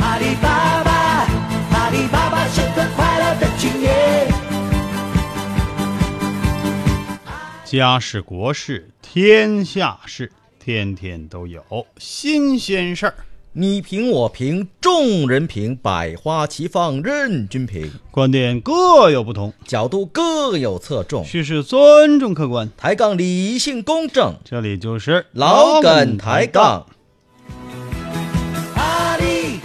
阿里巴巴，阿里巴巴是个快乐的青年。家事国事天下事，天天都有新鲜事儿。你评我评，众人评，百花齐放，任君评。观点各有不同，角度各有侧重，叙事尊重客观。抬杠理性公正，这里就是老梗抬杠。。阿里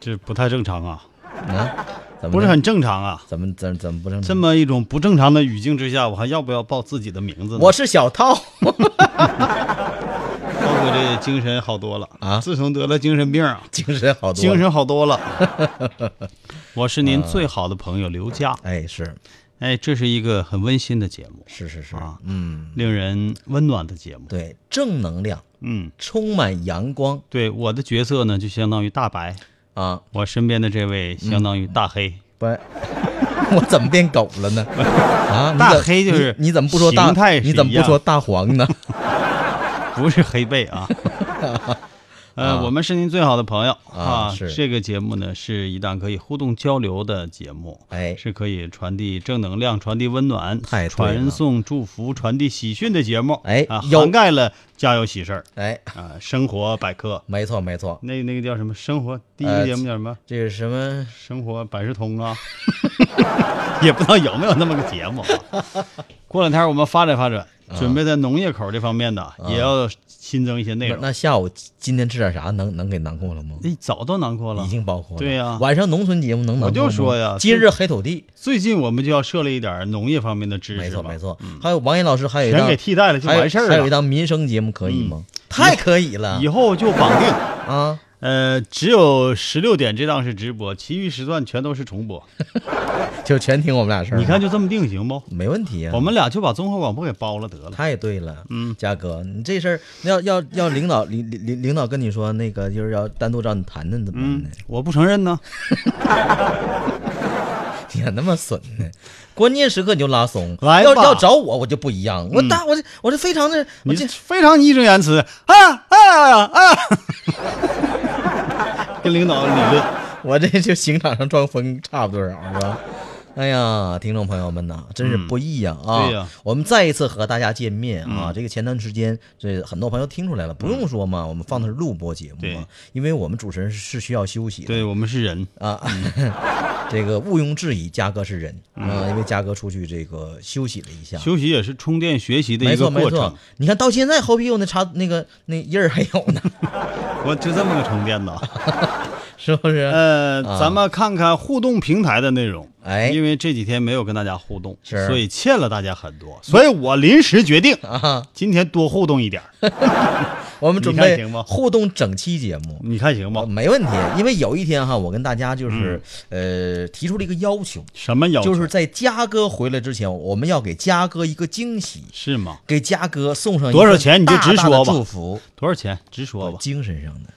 这不太正常啊，啊，怎么不是很正常啊。怎么怎怎么不正常？这么一种不正常的语境之下，我还要不要报自己的名字呢？我是小涛， 涛哥这精神好多了啊自从得了精神病啊，精神好多了，精神好多 了。我是您最好的朋友刘佳。哎是哎，这是一个很温馨的节目，是是是啊，嗯，令人温暖的节目。对，正能量，嗯，充满阳光对，我的角色呢，就相当于大白，啊！我身边的这嗯位相当于大黑。不， 我怎么变狗了呢？啊，你大怎黑就是你你怎么不说大形态？是你怎么一不样说大黄 呢？不是黑背 啊。呃，我们是您最好的朋友啊是这个节目呢，是一档可以互动交流的节目，哎是可以传递正能量、传递温暖、太对了传送祝福、传递喜讯的节目。哎啊，有涵盖了家有喜事儿哎，啊，生活百科。没错没错，那那个叫什么？生活第一呃个节目叫什么？这是什么？生活百事通啊， 也不知道有没有那么个节目啊。过两天我们发展发展，嗯准备在农业口这方面呢，也要新增一些内不容是。嗯那下午今天吃点啥能能给囊括了吗？那早都囊括了。已经包括了。对呀晚上农村节目能囊括吗我就说呀今日黑土地，最近我们就要设立一点农业方面的知识，没错没，错。还有王岩老师，还有一嗯全档给替代了就还有完事儿还有一了。嗯档民生节目可以吗？太可以了以后就绑定，啊！呃，只有十六点这档是直播，其余时段全都是重播。就全听我们俩事儿。你看，就这么定行不？没问题呀。啊我们俩就把综合广播给包了得了。太对了，嗯，嘉哥，你这事儿要要要领导领领领领导跟你说那个就是要单独找你谈谈怎么办嗯呢？，我不承认呢。你咋那么损 呢？关键时刻你就拉松，来要吧嗯要找我我就不一样，我大我这我这非常的我你这非常义正言辞啊啊 啊！跟领导理论， 我这就刑场上装疯差不多啊，是吧？哎呀，听众朋友们呐，真是不易呀、啊！嗯对呀嗯我们再一次和大家见面啊！这个前段时间，这很多朋友听出来了，不用说嘛，我们放的是录播节目对嘛，因为我们主持人是需要休息的。对嗯我们是人，啊， 这个毋庸置疑，嘉哥是人啊、因为嘉哥出去这个休息了一下，嗯休息也是充电学习的没一个错没过错程。。你看到现在后屁股那插那个那印儿还有呢，嗯我就这么个充电的。 是不是？呃，啊咱们看看互动平台的内容。哎因为这几天没有跟大家互动，是所以欠了大家很多，所以我临时决定啊，今天多互动一点儿，我们准你看备行吗互动整期节目。你看行啊吗？没问题，因为有一天哈，我跟大家就是、呃提出了一个要求，什嗯么要求？就是在嘉哥回来之前，我们要给嘉哥一个惊喜，是吗？给嘉哥送上一多少份钱你就大直大的说吧祝福，多少钱？直说吧。精神上的嗯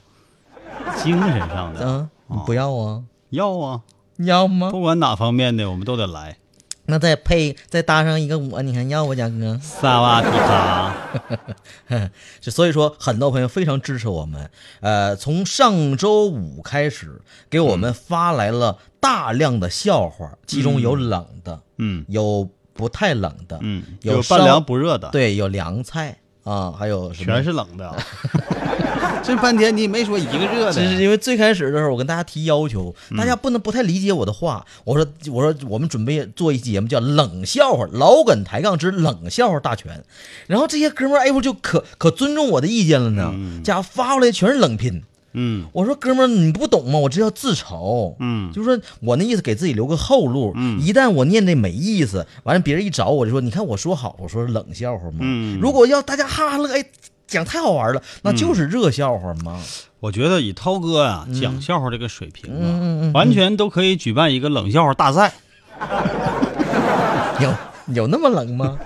精神上的啊，你不要啊，要啊，你要吗？不管哪方面的我们都得来。那再配再搭上一个我，你还要不，贾哥？萨瓦迪卡，就所以说，很多朋友非常支持我们，呃，从上周五开始给我嗯们发来了大量的笑话，其中有冷的，嗯有不太冷的，嗯，有有烧半凉不热的，，对，有凉菜啊，还有什么？全是冷的。 这半天你也没说一个热这是的，嗯因为最开始的时候，我跟大家提要求，大家不能不太理解我的话。我说，我说，我们准备做一期节目叫《冷笑话老梗抬杠之冷笑话大全》，然后这些哥们儿哎不就可可尊重我的意见了呢？家伙发过来全是冷拼。嗯我说哥们儿，你不懂吗？我这叫自嘲。嗯就说我那意思给自己留个后路。一旦我念这没意思，完了别人一找我就说，你看我说好，我说是冷笑话嘛。嗯如果要大家哈哈乐，哎，讲太好玩了，那就是热笑话嘛。我觉得以涛哥啊讲笑话这个水平啊，完全都可以举办一个冷笑话大赛， 有有那么冷吗？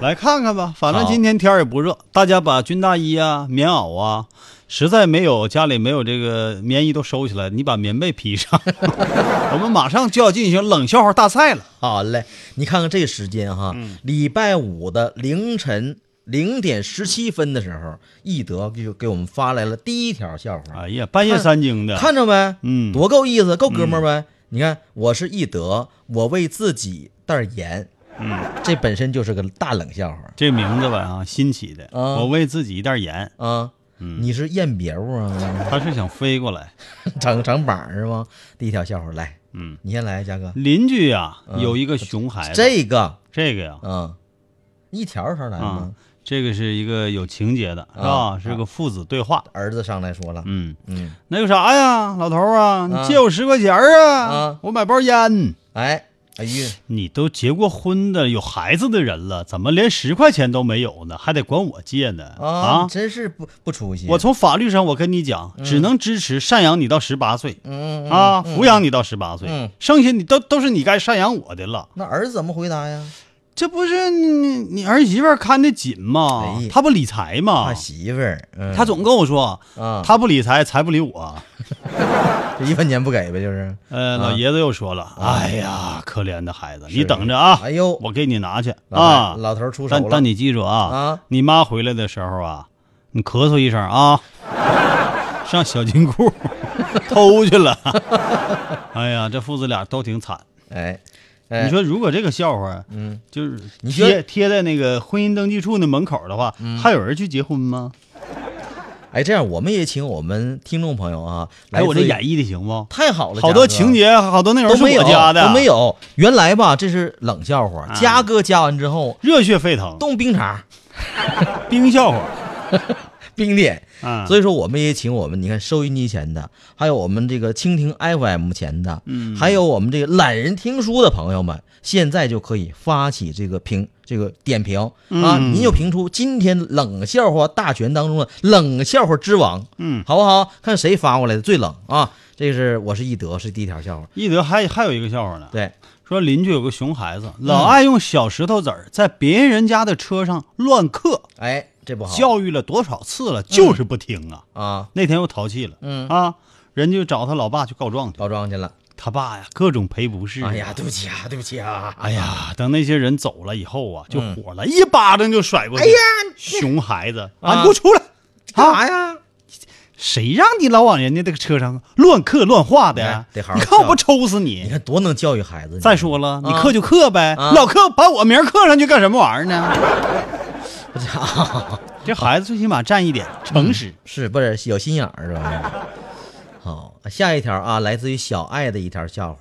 来看看吧。反正好今天天儿也不热，大家把军大衣啊、棉袄啊，实在没有家里没有这个棉衣都收起来，你把棉被披 上。我们马上就要进行冷笑话大赛了。 好嘞，你看看这时间哈，礼拜五的凌晨零点十七分的时候，易德就给我们发来了第一条笑话，哎呀，半夜三更的，看着没？嗯多够意思，够哥们儿呗。你看，我是易德，我为自己袋盐，嗯，这本身就是个大冷笑话这名字吧啊，新起的。啊我为自己一袋盐，啊。你是燕别物啊， 他是想飞过来。整整板是吗？第一条笑话来，嗯，你先来，嘉哥，邻居呀、嗯有一个熊孩子，这个，这个呀嗯，一条一条来啊吗？，这个是一个有情节的，是啊吧？是个父子对话。儿子上来说了，嗯，嗯，那有啥呀，老头儿啊，啊你借我十块钱儿啊啊，我买包烟。哎，哎呀，你都结过婚的，有孩子的人了，怎么连十块钱都没有呢？还得管我借呢？啊，真是不不出息。我从法律上我跟你讲，只能支持赡养你到十八岁，嗯啊，抚养你到十八岁，嗯剩下你都都是你该赡养我的了。那儿子怎么回答呀？这不是你你儿媳妇儿看得紧吗？哎她不理财吗怕？媳妇儿，嗯她总跟我说，啊，她不理财，财不理我。这一分钱不给呗，就是。呃，老爷子又说了，哎呀，可怜的孩子，你等着啊，啊哎呦我给你拿去老啊头。老头儿出手但了但，你记住啊啊，你妈回来的时候啊，你咳嗽一声 啊，上小金库偷去了。 哎呀，这父子俩都挺惨。哎，你哎，说如果这个笑话，嗯，就是你嗯觉得贴贴在那个婚姻登记处那门口的话，还有人去结婚吗？哎，这样我们也请我们听众朋友啊，来哎，我这自于演绎的行不？太好了，好多嘉哥情节，好多内容都是没有我加的，啊都没有。原来吧，这是冷笑话，嘉哥加完之后，热血沸腾，冻冰碴，冰笑话。冰点。嗯，所以说，我们也请我们你看收音机前的，还有我们这个蜻蜓 FM 前的，嗯，还有我们这个懒人听书的朋友们，现在就可以发起这个评这个点评嗯啊，您就评出今天冷笑话大全当中的 冷笑话之王，嗯，好不好？看谁发过来的最冷啊！这是我是易德，是第一条笑话，一德还还有一个笑话呢，对，嗯说邻居有个熊孩子，老爱用小石头子儿在别人家的车上乱刻，哎，这不好教育了多少次了，就是不听啊。啊，那天又淘气了，嗯啊，人就找他老爸去告状去，告状去了，他爸呀各种赔不是，哎呀，，对不起啊，对不起啊，哎呀，等那些人走了以后啊，就嗯火了，一巴掌就甩过去，哎呀， 熊孩子啊啊，你给我出来！啊干嘛哎呀？谁让你老往人家这个车上乱刻乱画的呀？哎你看你得好好看我教不抽死你你！看多能教育孩子呢，再说了，你啊刻就刻呗，啊老刻把我名儿刻上去干什么玩意儿呢？ 这孩子最起码占一点啊诚实。是不是有心眼儿 是吧？好，下一条啊，来自于小爱的一条笑话。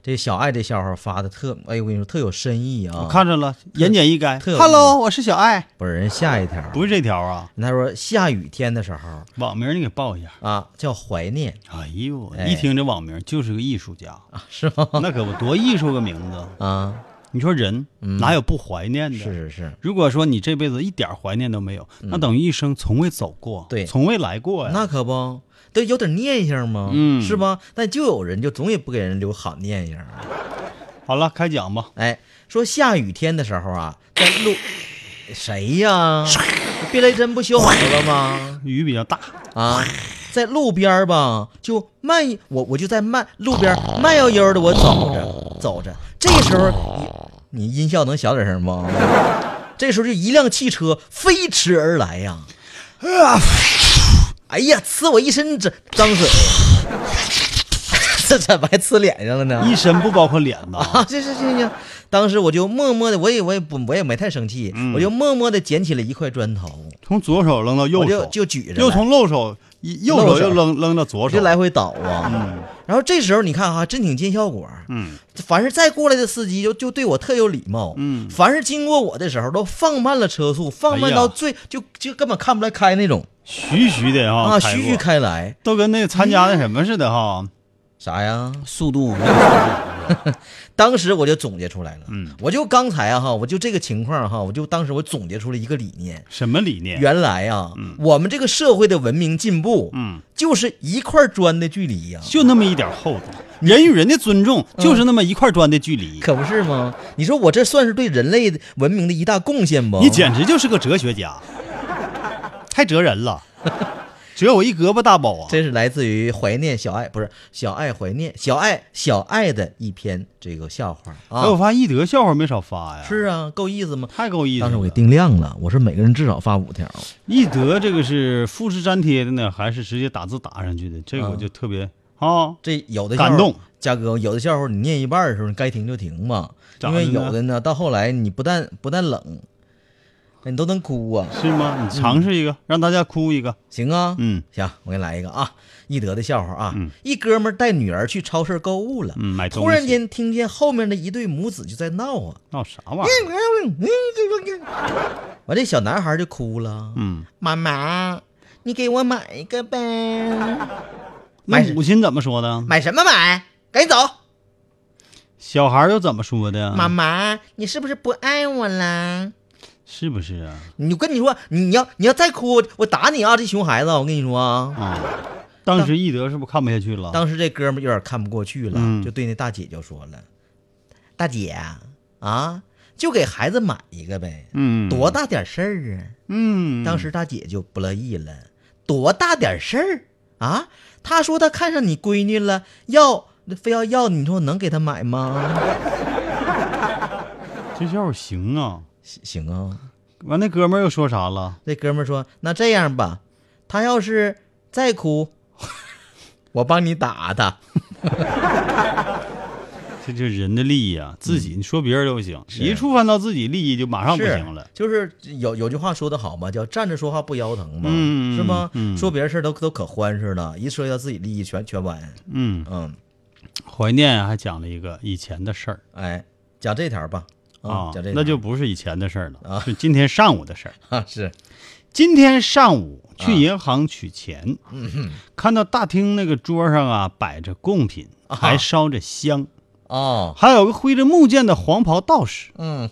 这小爱这笑话发的特，哎呦，我跟你说特有深意啊。我看着了，言简意赅特。有 Hello，我是小爱，不是人下一条，不是这条啊，他说下雨天的时候网名你给报一下。啊，叫怀念 哎呦，哎一听这网名就是个艺术家，啊，是吗？那可不多艺术个名字。啊，你说人哪有不怀念的？嗯是是是，如果说你这辈子一点怀念都没有，那等于一生从未走过，对从未来过呀。那可不，都有点念想嘛，嗯是吧？但就有人就总也不给人留好念想。好了，开讲吧。哎，说下雨天的时候啊，在路，谁 呀？避雷针不修好了吗？雨比较大，啊，在路边儿吧，就慢一我我就在慢路边儿慢悠悠的我走着走着，这时候你你音效能小点声吗？ 这时候就一辆汽车飞驰而来呀、哎呀，呲我一身这脏水， 这怎么还呲脸上了呢？一身不包括脸呐。啊，这是这这，当时我就默默的，我也我也不我也没太生气，嗯我就默默的捡起了一块砖头，从左手扔到右我就手，就举着，又从右手一右漏手手又扔扔到左我手，就来回倒啊。然后这时候你看哈、真挺见效果。嗯，凡是再过来的司机就就对我特有礼貌。嗯，凡是经过我的时候都放慢了车速，放慢哎呀到最、就就根本看不来开那种徐徐的哈啊，徐徐过开来。嗯都跟那参加那什么似的哈，啥呀？速度没有速度，当时我就总结出来了，嗯，我就刚才啊哈，我就这个情况哈，我就当时我总结出了一个理念，什么理念？原来啊，我们这个社会的文明进步，嗯，就是一块砖的距离呀、就那么一点厚度，人与人的尊重嗯就是那么一块砖的距离。可不是吗？你说我这算是对人类文明的一大贡献不？你简直就是个哲学家，太哲人了，折我一胳膊大包啊！这是来自于怀念小爱，不是小爱怀念小爱小爱的一篇这个笑话哎，我啊。发现一德笑话没少发呀，是啊，够意思吗？太够意思当时我给了。定量了，我说每个人至少发五条。一德这个是复制粘贴的呢，还是直接打字打上去的？这个我嗯就特别啊，这有的笑话感动，嘉哥，有的笑话你念一半的时候，你该停就停吧，咋因的呢为有的呢，到后来你不但不但冷，哎你都能哭啊。是吗？你尝试一个，让大家哭一个。行啊，嗯行，我给你来一个啊，易德的笑话啊。嗯一哥们儿带女儿去超市购物了，嗯，买东西。突然间听见后面的一对母子就在闹啊，闹啥玩意儿？ 完这小男孩就哭了，嗯，妈妈，你给我买一个呗。那买什母亲怎么说的？买什么买？赶紧走！小孩儿又怎么说的？妈妈，你是不是不爱我啦？是不是啊？你我跟你说，你要你要再哭，我我打你啊！这熊孩子，我跟你说啊。啊，当时一德是不是看不下去了？当时这哥们儿有点看不过去了，嗯就对那大姐就说了：“大姐啊啊，就给孩子买一个呗，嗯，多大点事儿啊嗯，？”当时大姐就不乐意了：“多大点事儿啊？他说他看上你闺女了，要非要要你，你说我能给他买吗？这笑话行啊。行 行啊。”完，那哥们儿又说啥了？这哥们儿说：“那这样吧，他要是再哭， 我帮你打他。这就是人的利益啊，自己你说别人都行，一触犯到自己利益就马上不行了。嗯嗯就是有有句话说的好嘛，叫站着说话不腰疼嘛，嗯是吗？嗯说别人事儿都都可欢似的，一涉及到自己利益全全完。嗯，嗯，怀念还讲了一个以前的事儿哎，讲这条吧，嗯啊哦讲这条，那就不是以前的事儿了，是今天上午的事儿。啊 是，今天上午啊去银行取钱，嗯看到大厅那个桌上啊摆着贡品，啊还烧着香，哦，还有个挥着木剑的黄袍道士。嗯，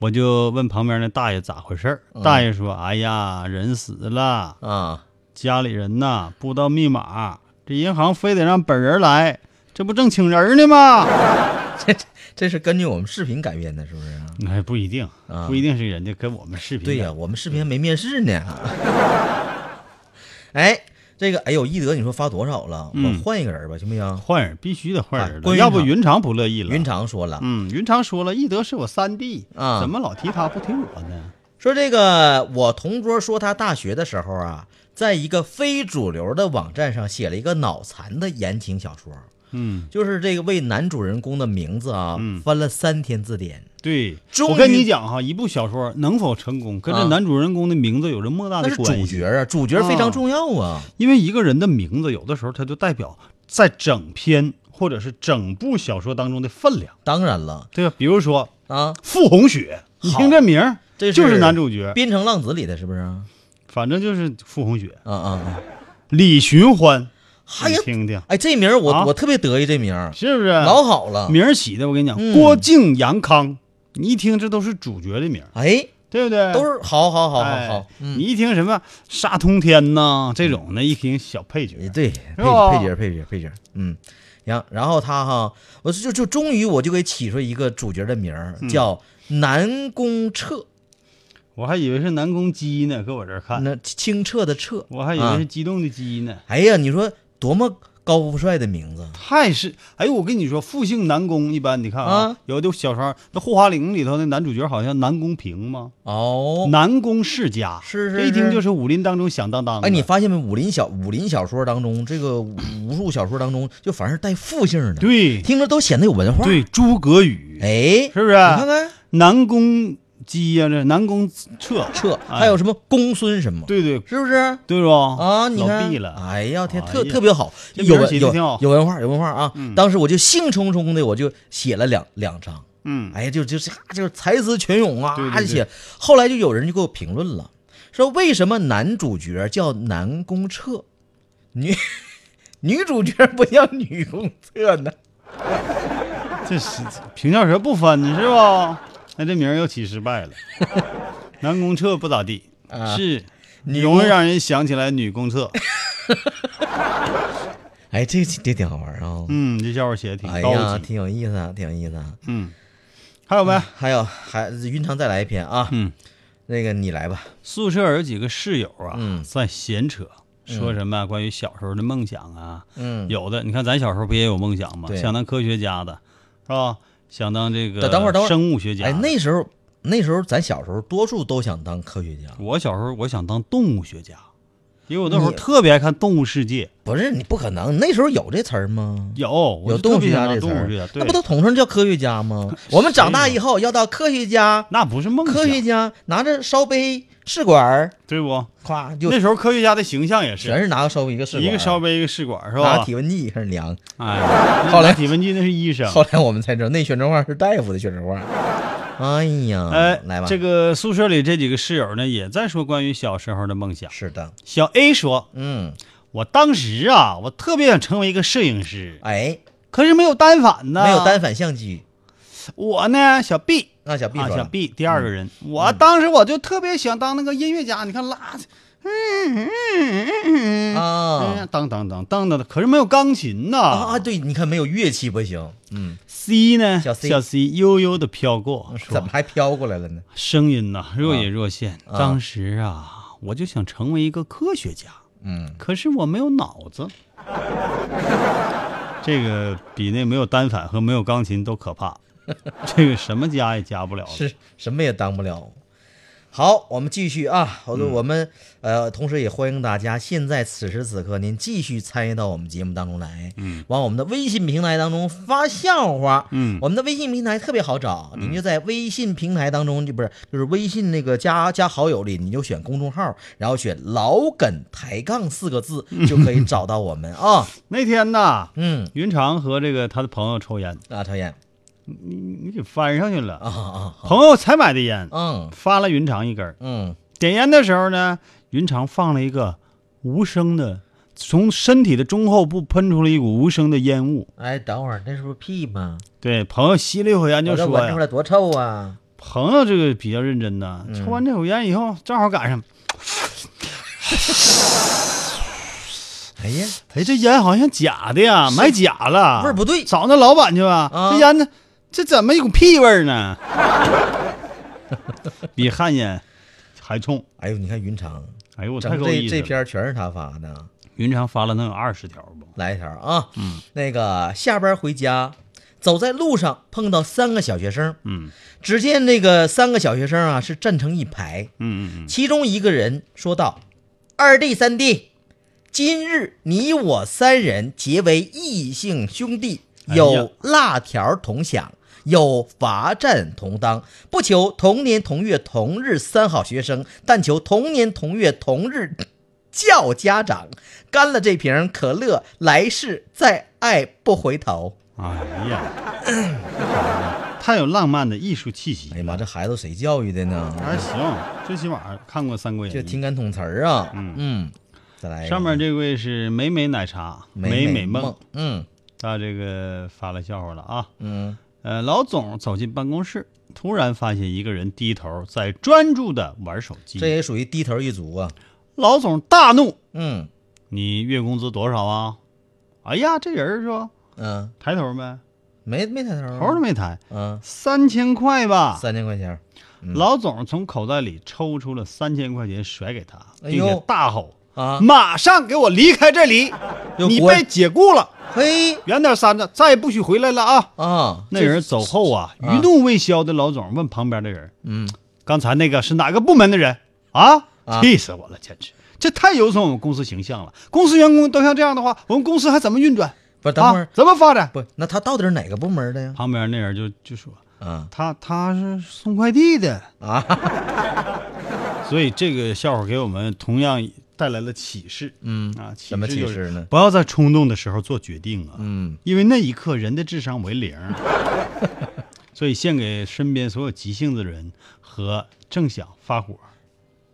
我就问旁边那大爷咋回事儿，大爷说：“哎呀，人死了，啊，家里人呐不知道密码，这银行非得让本人来，这不正请人呢吗？这 这是根据我们视频改编的，是不是啊？哎，不一定啊，不一定是人家跟我们视频的对呀、我们视频还没面试呢。 哎，这个哎呦，一德，你说发多少了？嗯我换一个人吧，行不行？换人必须得换人啊关了，云要不长云长不乐意了。云长说了，嗯，云长说了，一德是我三弟啊怎么老提他不提我呢？说这个我同桌说他大学的时候啊，在一个非主流的网站上写了一个脑残的言情小说，嗯，就是这个为男主人公的名字啊、翻了三天字典。对，终我跟于你讲哈，一部小说能否成功，跟这啊男主人公的名字有着莫大那的是关系。主角啊，主角非常重要啊。因为一个人的名字有的时候它就代表在整篇或者是整部小说当中的分量，当然了对吧？比如说啊，傅红雪，你好听这名儿，这就是是男主角，《边城浪子》里的是不是？啊反正就是傅红雪，啊啊！李寻欢，哎你呀听听哎，这名儿我、啊我特别得意，这名儿是不是？老好了。名儿起的，我跟你讲，嗯郭靖、杨康，你一听这都是主角的名儿，哎，对不对？都是好好好好嗯哎好，嗯，你一听什么杀通天呐这种的，一听小配角，哎对，配吧角配角配角配角，嗯，行，然后他哈，我就就终于我就给起出一个主角的名儿，嗯叫南宫彻，我还以为是南宫鸡呢，搁我这儿看，那清澈的澈，啊我还以为啊是激动的鸡呢。哎呀，你说多么高富帅的名字，太是，哎呦，我跟你说，复姓南宫一般，你看啊有的小说，那《护花陵》里头那男主角好像南宫平吗？哦，南宫世家，是是这一听是就是武林当中响当当的。哎，你发现没？武林小武林小说当中，这个武武术小说当中，就凡是带复姓的，，对听着都显得有文化，，对，诸葛宇哎，是不是？啊你看看南宫鸡呀，这南宫彻，彻，哎还有什么公孙什么，对对是不是？对不？啊，你老看毕了，哎呀天，特哎呀特别好，这有名儿文起得有挺好有文化，有文化啊！当时我就兴冲冲的，我就写了两两张，嗯，哎呀，就就是就是才思泉涌啊，对对对就写。后来就有人就给我评论了，说为什么男主角叫南宫彻？女 女主角不像女公厕呢。这是平翘舌不分是吧？那这名儿又起失败了。 男公厕不咋地，啊是女容易公让人想起来女公厕。哎，这这挺好玩啊、嗯，这笑话写的挺哎高呀，级。挺嗯有意思啊，挺有意思啊。嗯，还有呗，还有，还云长再来一篇啊。嗯，那个你来吧。宿舍有几个室友啊，嗯在闲扯，说什么啊、关于小时候的梦想啊，嗯，有的你看咱小时候不也有梦想吗？对想当科学家的，是吧？想当这个等等会儿等会儿生物学家哎的。，那时候那时候咱小时候多数都想当科学家，我小时候我想当动物学家，因为我那时候你特别爱看《动物世界》。不是你不可能，那时候有这词儿吗？有，我就有特动物别学想家当这词动物学儿家，，对那不都统称叫科学家吗？我们长大以后要当科学家，那不是梦想，科学家拿着烧杯试管儿，对不？咵就那时候科学家的形象也是全是拿个烧杯一个试管儿，一个烧杯一个试管是拿吧？体温计开始量。哎， 后来拿体温计那是医生。后来我们才知道，那旋转画是大夫的旋转画。哎呀，哎，来吧，这个宿舍里这几个室友呢，也在说关于小时候的梦想。是的，小 A 说嗯，：“我当时啊，我特别想成为一个摄影师，哎，可是没有单反呢。没有单反相机，我呢，小 B 那小 B 啊，说嗯小了， B 第二个人，我当时我就特别想当那个音乐家。你看拉，嗯嗯嗯啊嗯，当当当当当，可是没有钢琴呐。啊，对，你看没有乐器不行，嗯， C 呢，小 C 嗯悠悠的飘过，怎么还飘过来了呢？声音呐、若隐若现。啊当时啊，我就想成为一个科学家，嗯，可是我没有脑子。 这个比那没有单反和没有钢琴都可怕，这个什么家也加不了了。是什么也当不了。好，我们继续啊，好的，我们呃，同时也欢迎大家，现在此时此刻您继续参与到我们节目当中来，嗯，往我们的微信平台当中发笑话，嗯我们的微信平台特别好找，您就在微信平台当中，就不是就是微信那个加加好友里，你就选公众号，然后选老梗抬杠四个字就可以找到我们啊，那天呐，嗯，云长和这个他的朋友抽烟，啊，导演你你给翻上去了。啊啊啊，朋友才买的烟，嗯发了云长一根儿。嗯，点烟的时候呢，云长放了一个无声的，从身体的中后部喷出了一股无声的烟雾。哎，等会儿那是不是屁吗？对，朋友吸了一口烟就我这说闻出呀来嗯多臭啊！朋友这个比较认真呐，抽完这口烟以后，正好赶上，哎呀，啊哎，这烟好像假的呀，买假了，味儿不对找那老板去吧。啊这烟呢，这怎么一股屁味儿呢？ 比旱烟还冲。哎呦，你看云长，哎呦，我太整够这意思这了。篇全是他发的。云长发了能有二十条吧？来一条啊，嗯，那个下班回家，走在路上碰到三个小学生，嗯只见那个三个小学生啊是站成一排，嗯嗯其中一个人说道：“二弟、三弟，今日你我三人结为异姓兄弟，哎呀有辣条同享，有罚站同当，不求同年同月同日三好学生，但求同年同月同日叫家长。干了这瓶可乐，来世再爱不回头。”嗯，哎呀，太有浪漫的艺术气息哎。呀妈，这孩子谁教育的还呢？行，最起码看过《三国演义这》。挺敢捅词儿啊！嗯嗯，再来一个上面这位是美美奶茶美美梦梦，，嗯他这个发了笑话了啊。嗯。呃，老总走进办公室，突然发现一个人低头在专注的玩手这机。也属于低头一族啊。老总大怒嗯：“你月工资多少啊？”哎呀，这人儿说嗯、抬头没，没没抬头啊，头都没抬，嗯、三千块吧。三千块钱，嗯老总从口袋里抽出了三千块钱甩给他，哎并呦且大吼：“啊马上给我离开这里！又你滚被解雇了。”嘿远点扇子，再也不许回来了啊！啊，那人走后啊，啊余怒未消的老总问旁边的人嗯，：“刚才那个是哪个部门的人啊？”啊气死我了，简直！这太有损我们公司形象了。公司员工都像这样的话，我们公司还怎么运转？不是等会儿、啊、怎么发展？不，那他到底是哪个部门的呀？旁边那人就就说啊：“他他是送快递的。啊，” 所以这个笑话给我们同样带来了启示。嗯啊，启什么启就是示呢？不要在冲动的时候做决定啊。嗯，因为那一刻人的智商为零， 所以献给身边所有急性子的人和正想发火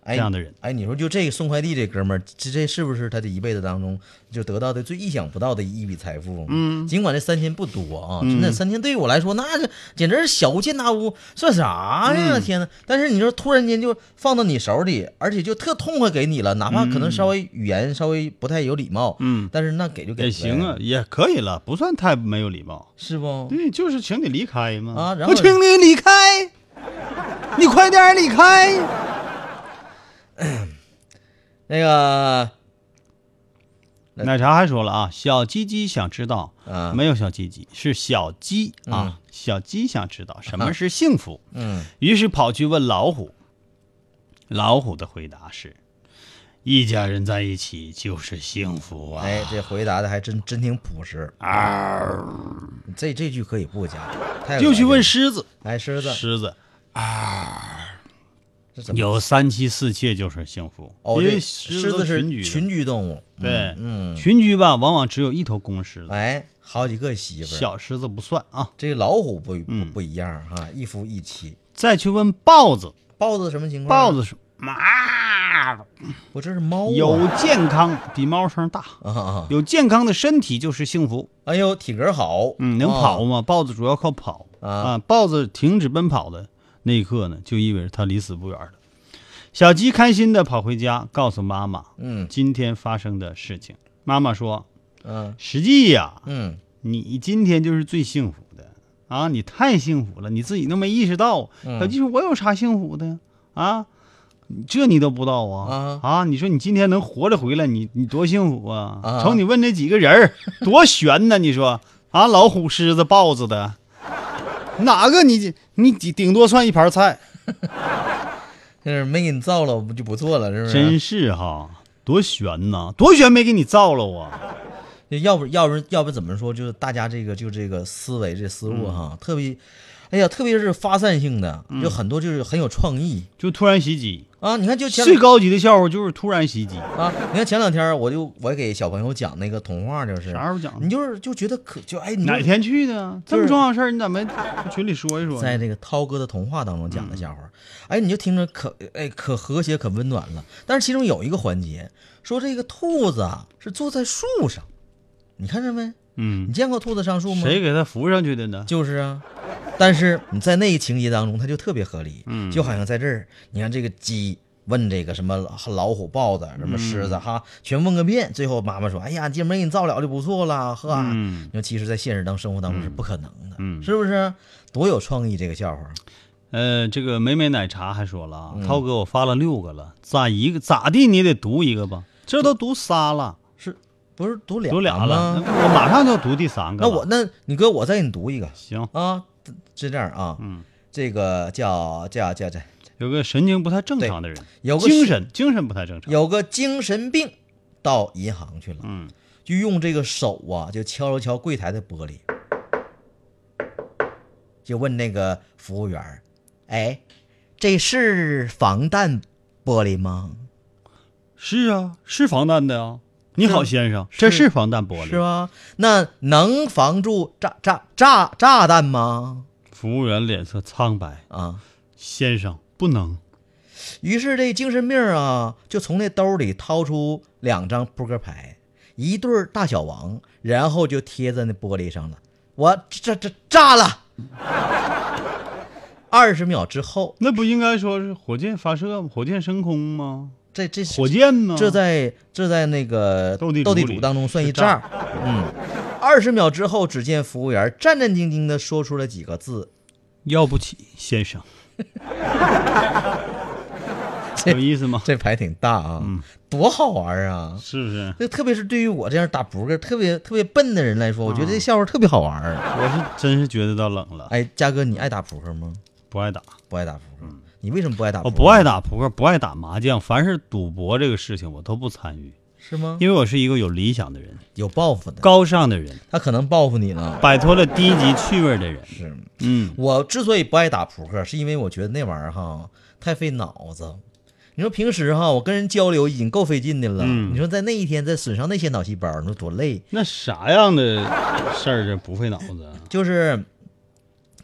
哎，这样的人。哎，你说就这个送快递这哥们儿，这这是不是他的一辈子当中就得到的最意想不到的一笔财富？嗯，尽管这三千不多啊，嗯真的三千对于我来说，那是简直是小巫见大巫，算啥呀？嗯天呐！但是你说突然间就放到你手里，而且就特痛快给你了，哪怕可能稍微语言稍微不太有礼貌，嗯但是那给就给也行啊，，嗯也可以了，不算太没有礼貌。是不？对，就是请你离开嘛。啊然我后请你离开，你快点儿离开。那个奶茶还说了啊，小鸡鸡想知道，啊没有小鸡鸡，是小鸡啊，小鸡想知 道什么是幸福，嗯，于是跑去问老虎。老虎的回答是：一家人在一起就是幸福啊。哎，这回答的还真真挺朴实。嗷这这句可以不加，太恶啊就去问心狮子，了哎狮子狮子啊这怎么有三妻四妾就是幸福，哦，因这为狮子子是群居的群居动物，嗯对，嗯，群居吧，往往只有一头公狮子，哎，好几个媳妇儿，小狮子不算啊。这老虎不不嗯不一样啊，一夫一妻。再去问豹子，豹子什么情况？豹子是啊，不，这是猫啊有健康，比猫声大，啊啊！有健康的身体就是幸福。哎呦，体格好，嗯，能跑啊吗？豹子主要靠跑啊豹子停止奔跑的那一刻呢，就意味着它离死不远了。小鸡开心的跑回家，告诉妈妈嗯今天发生的事情。妈妈说嗯：“实际呀，嗯，你今天就是最幸福的啊！你太幸福了，你自己都没意识到。嗯小鸡说：“我有啥幸福的呀？啊，这你都不知道啊？啊你说你今天能活着回来，你你多幸福啊！啊瞅你问这几个人 儿多悬呢？你说啊，老虎、狮子、豹子的，哪个你你顶顶多算一盘菜？这是没给你造了，我就不做了，是啊不真是？是哈，多悬呐、多悬没给你造了啊！这要不要不要不怎么说？就是大家这个就这个思维这思嗯路哈，特别，哎呀，特别是发散性的，有很多就是很有创意就突然袭击，啊。你看，就前最高级的笑话就是突然袭击。”啊，你看前两天我就我给小朋友讲那个童话，就是啥时候讲的你就是就觉得可就哎，你就哪天去的啊？这就么是重要的事儿，你咋 没不群里说一说呢？嗯在这个涛哥的童话当中讲的笑话，哎，你就听着可哎可和谐可温暖了。但是其中有一个环节说这个兔子啊是坐在树上，你看着没？嗯你，见过兔子上树吗？谁给他扶上去的呢？就是啊，但是你在那个情节当中，它就特别合理，嗯，就好像在这儿，你看这个鸡问这个什么老虎、豹子、什么狮子、嗯哈，全问个遍，最后妈妈说：“哎呀，姐妹，你造了就不错了，呵、嗯你说其实，在现实当生活当中是不可能的，嗯是不是？多有创意这个笑话，呃，这个美美奶茶还说了啊，嗯涛哥，我发了六个了，咋一个咋地你也得读一个吧？这都读仨了，是不是读俩读俩了，吗？那我马上就要读第三个嗯那了。我那你哥，我再给你读一个行，啊，是这样啊，嗯，这个叫叫叫叫有个神经不太正常的人，有个精神精神不太正常，有个精神病到银行去了，嗯，就用这个手啊，就敲了敲柜台的玻璃，就问那个服务员儿：“哎，这是防弹玻璃吗？是啊，是防弹的啊。你好，先生，这是防弹玻璃。是啊吧？那能防住炸炸炸炸弹吗？服务员脸色苍白，啊！”先生不能。于是这精神病儿啊，就从那兜里掏出两张扑克牌，一对儿大小王，然后就贴在那玻璃上了。我这这这炸了！二十秒之后，那不应该说是火箭发射吗？火箭升空吗？这这是火箭吗？这在这在那个斗地主斗地里主当中算一是诈诈。嗯，二十秒之后，只见服务员战战兢兢地说出了几个字，要不起，先 生，这有意思吗？这牌挺大啊，嗯多好玩啊！是不是？那特别是对于我这样打扑克特别特别笨的人来说，我觉啊得这笑话特别好玩儿。我是真是觉得到冷了，哎，嘉哥，你爱打扑克吗？不爱打，不爱打扑克，你为什么不爱打扑我克？嗯啊哦不爱打扑克，不爱打麻将，凡是赌博这个事情我都不参与，是吗？因为我是一个有理想的人，有报复的，高尚的人，他可能报复你呢。摆脱了低级趣味的人。是嗯，我之所以不爱打扑克，是因为我觉得那玩意儿哈太费脑子。你说平时哈，我跟人交流已经够费劲的了，嗯你说在那一天再损伤那些脑细胞，你说多累？ 那啥样的事儿这不费脑子啊？就是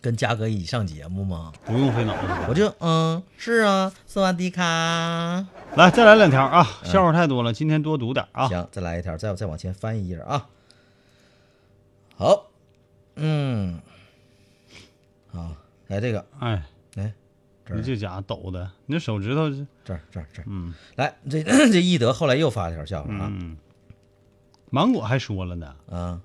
跟嘉哥一起上节目吗？不用费脑子。我就嗯，是啊，斯瓦迪卡。来再来两条啊，笑话太多了，今天多读点啊。行，再来一条，再再往前翻一页啊。好，嗯，好，来这个，哎，来这你儿，这家伙抖的，你这手指头是，这儿，这儿，这儿，嗯来这 这一德后来又发了条笑话啊，嗯，芒果还说了呢啊，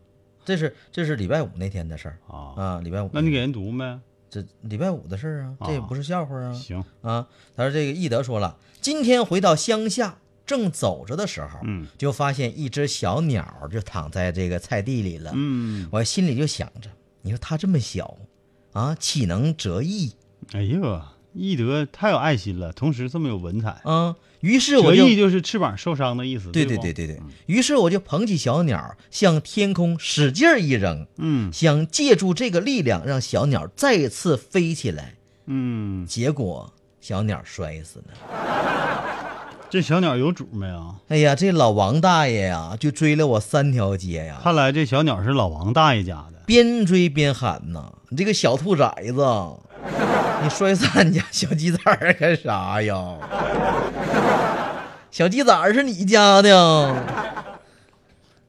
这是这是礼拜五那天的事儿啊，啊，礼拜五，那你给人读呗。这礼拜五的事儿啊，这也不是笑话啊行，啊，他说这个易德说了，今天回到乡下，正走着的时候，嗯就发现一只小鸟儿就躺在这个菜地里了，嗯，我心里就想着，你说它这么小啊，岂能折翼哎呀，易德太有爱心了，同时这么有文采。啊？于是我折就翼就是翅膀受伤的意思，对对嗯对不对，对对，于是我就捧起小鸟向天空使劲儿一扔，嗯想借助这个力量让小鸟再次飞起来。嗯，结果小鸟摔死了。这小鸟有主没啊？哎呀，这老王大爷呀、就追了我三条街呀、看来这小鸟是老王大爷家的。边追边喊呐：“你这个小兔崽子，你摔死俺家小鸡崽儿干啥呀？小鸡崽儿是你家的。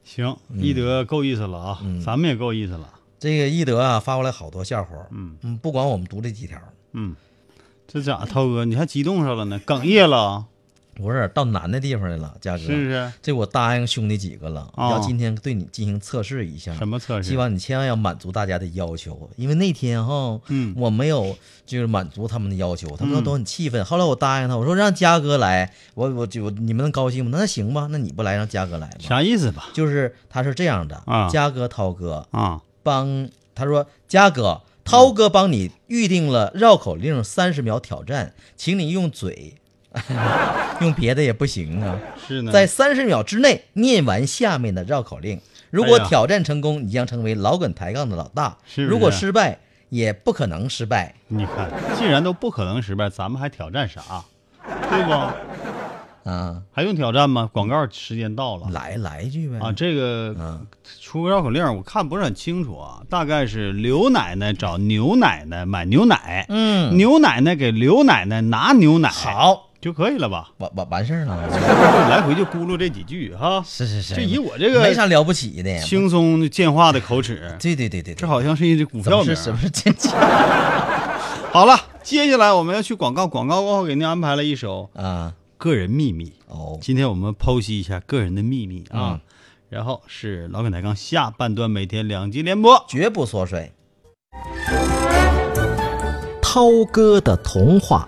行，易德够意思了啊，咱们也够意思了。”这个易德啊，发过来好多笑话，嗯嗯，不管我们读这几条，嗯，这咋，涛哥你还激动上了呢？哽咽了啊，不是到难的地方来了，嘉哥，是啊不是？这我答应兄弟几个了，哦要今天对你进行测试一下。什么测试希？望你千万要满足大家的要求，因为那天哈，嗯我没有就是满足他们的要求，他们都很气嗯愤。后来我答应他，我说让嘉哥来，我我就你们能高兴吗？那行吧，那你不来让嘉哥来吧。啥意思吧？就是他是这样的，啊嘉哥、涛哥啊，帮他说，嘉哥、涛哥帮你预定了绕口令三十秒挑战，请你用嘴， 用别的也不行啊。是呢。在三十秒之内念完下面的绕口令。如果哎呀挑战成功，你将成为老梗抬杠的老大；是不是如果失败，也不可能失败。你看，既然都不可能失败，咱们还挑战啥？对不？啊，还用挑战吗？广告时间到了来来一句呗。哦啊！这个嗯出个绕口令儿，我看不是很清楚啊，大概是刘奶奶找牛奶奶买牛奶，嗯，牛奶奶给刘奶奶拿牛奶，好，就可以了吧？完完完事儿了。来回就咕噜这几句哈。是是是，啊这以我这个没啥了不起的。轻松见话的口 齿，对对对对对，这好像是一只股怎票么名是儿。什么是这好了，接下来我们要去广告，广告过后给您安排了一首啊？ 《个人秘密》。哦，今天我们剖析一下个人的秘密嗯啊，然后是老梗抬杠下半段每天两集联播。绝不缩水。涛哥的童话。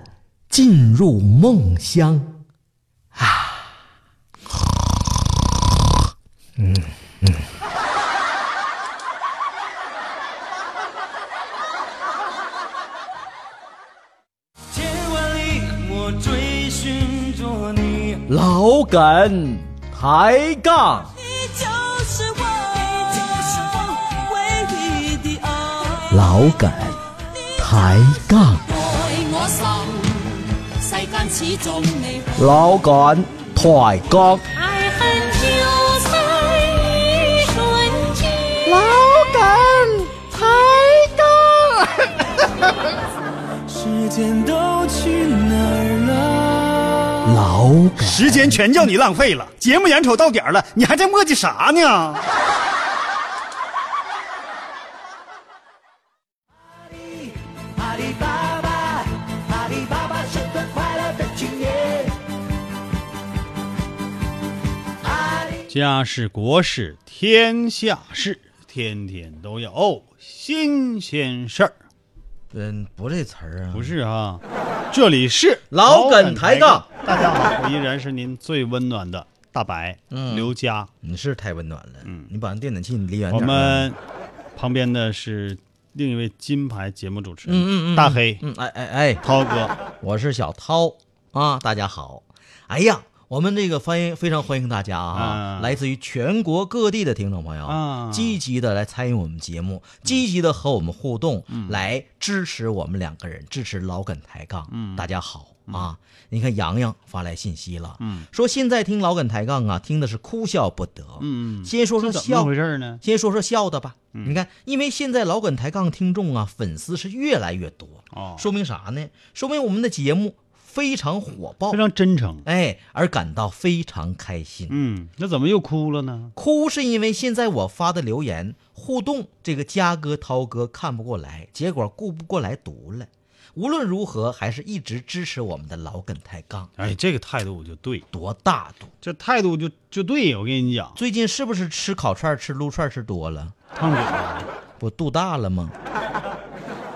进入梦乡。千万里我追寻着你。老梗抬杠，你就是我，你就是我唯一的爱。老梗抬杠，爱我心，世间始终你。老梗抬杠，爱恨就在一瞬间。时间都去哪儿了？老梗时间全叫你浪费了，节目眼瞅到点儿了，你还在磨叽啥呢？阿里巴巴，阿里巴巴是个快乐的青年。阿里家事国事天下事，天天都有新鲜事儿。嗯，不是这词儿啊不是啊，这里是老梗抬杠。大家好，我依然是您最温暖的大白、嗯刘佳。你是太温暖了，嗯，你把那电暖气你离远我点儿啊。们旁边的是另一位金牌节目主持人，嗯嗯嗯，大黑、嗯，哎哎哎，涛哥，我是小涛啊，大家好。哎呀，我们这个欢迎非常欢迎大家啊，啊来自于全国各地的听众朋友，啊积极的来参与我们节目，积极的和我们互动，嗯来支持我们两个人，支持老梗抬杠。嗯大家好。啊，你看洋洋发来信息了，嗯说现在听老梗抬杠啊，听的是哭笑不得。嗯，先说说这怎么笑回事呢？先说说笑的吧。嗯你看，因为现在老梗抬杠听众啊，粉丝是越来越多，哦，说明啥呢？说明我们的节目非常火爆非，常真诚。哎，而感到非常开心。嗯，那怎么又哭了呢？哭是因为现在我发的留言互动，这个嘉哥、涛哥看不过来，结果顾不过来读了。无论如何，还是一直支持我们的老梗抬杠，哎，这个态度就对，多大度！这态度就就对。我跟你讲，最近是不是吃烤串、吃撸串吃多了？烫嘴了。不肚大了吗？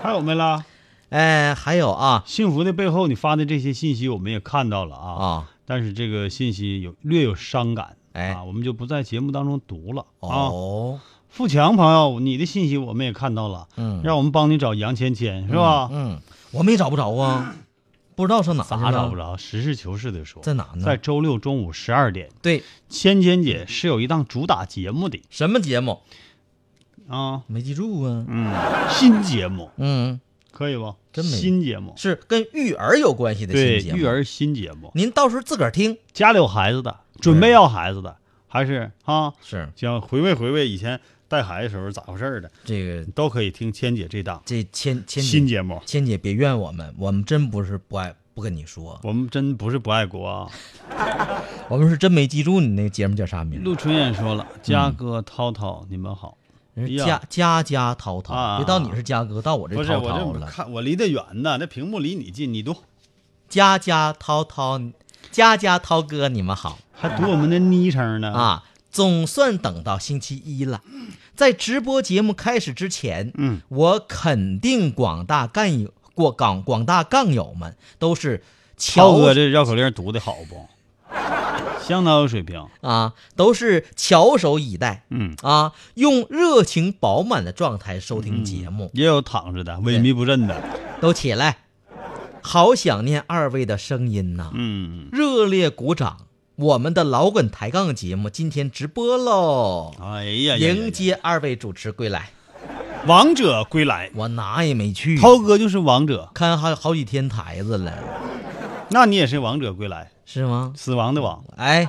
还有没啦？哎，还有啊幸福的背后，你发的这些信息我们也看到了啊，啊，但是这个信息有略有伤感，哎啊，我们就不在节目当中读了啊。哦，富强朋友，你的信息我们也看到了，嗯让我们帮你找杨芊芊是吧？嗯，我们也找不着啊， 不知道上哪去啊咋了找不？着？实事求是的说，在哪呢在周六中午十二点，对，芊芊姐是有一档主打节目的什么节目？啊，没记住啊。嗯，新节目嗯，可以不？真没新节目，是跟育儿有关系的对，新节目。育，儿新节目，您到时候自个儿听。家里有孩子的，准备要孩子的，还是啊，是想回味回味以前带孩子时候咋回事儿的，这个都可以听芊姐这档这千千姐新节目。千姐别怨我们，我们真不是不爱不跟你说，我们真不是不爱国啊！我们是真没记住你那个节目叫啥名。陆春燕说了：“嗯嘉哥、涛涛，你们好。”哎呀家家家涛涛，啊别到你是嘉哥，到我这不是哎涛我涛这了。看我离得远呢，那屏幕离你近，你读家家涛涛，家家涛哥，你们好。还读我们的昵称呢？啊，总算等到星期一了。在直播节目开始之前，嗯，我肯定广大干友、广广广大杠友们都是瞧这绕口令读的好不？相当有水平。啊，都是翘首以待嗯，啊，用热情饱满的状态收听节目，也有躺着的，萎靡不振的。都起来，好想念二位的声音呐、嗯，热烈鼓掌。我们的老滚抬杠节目今天直播喽，哎呀，呀呀迎接二位主持归来。呀王者归来，我哪也没去，涛哥就是王者，看好好几天台子了，那你也是王者归来，是吗？死亡的王。哎，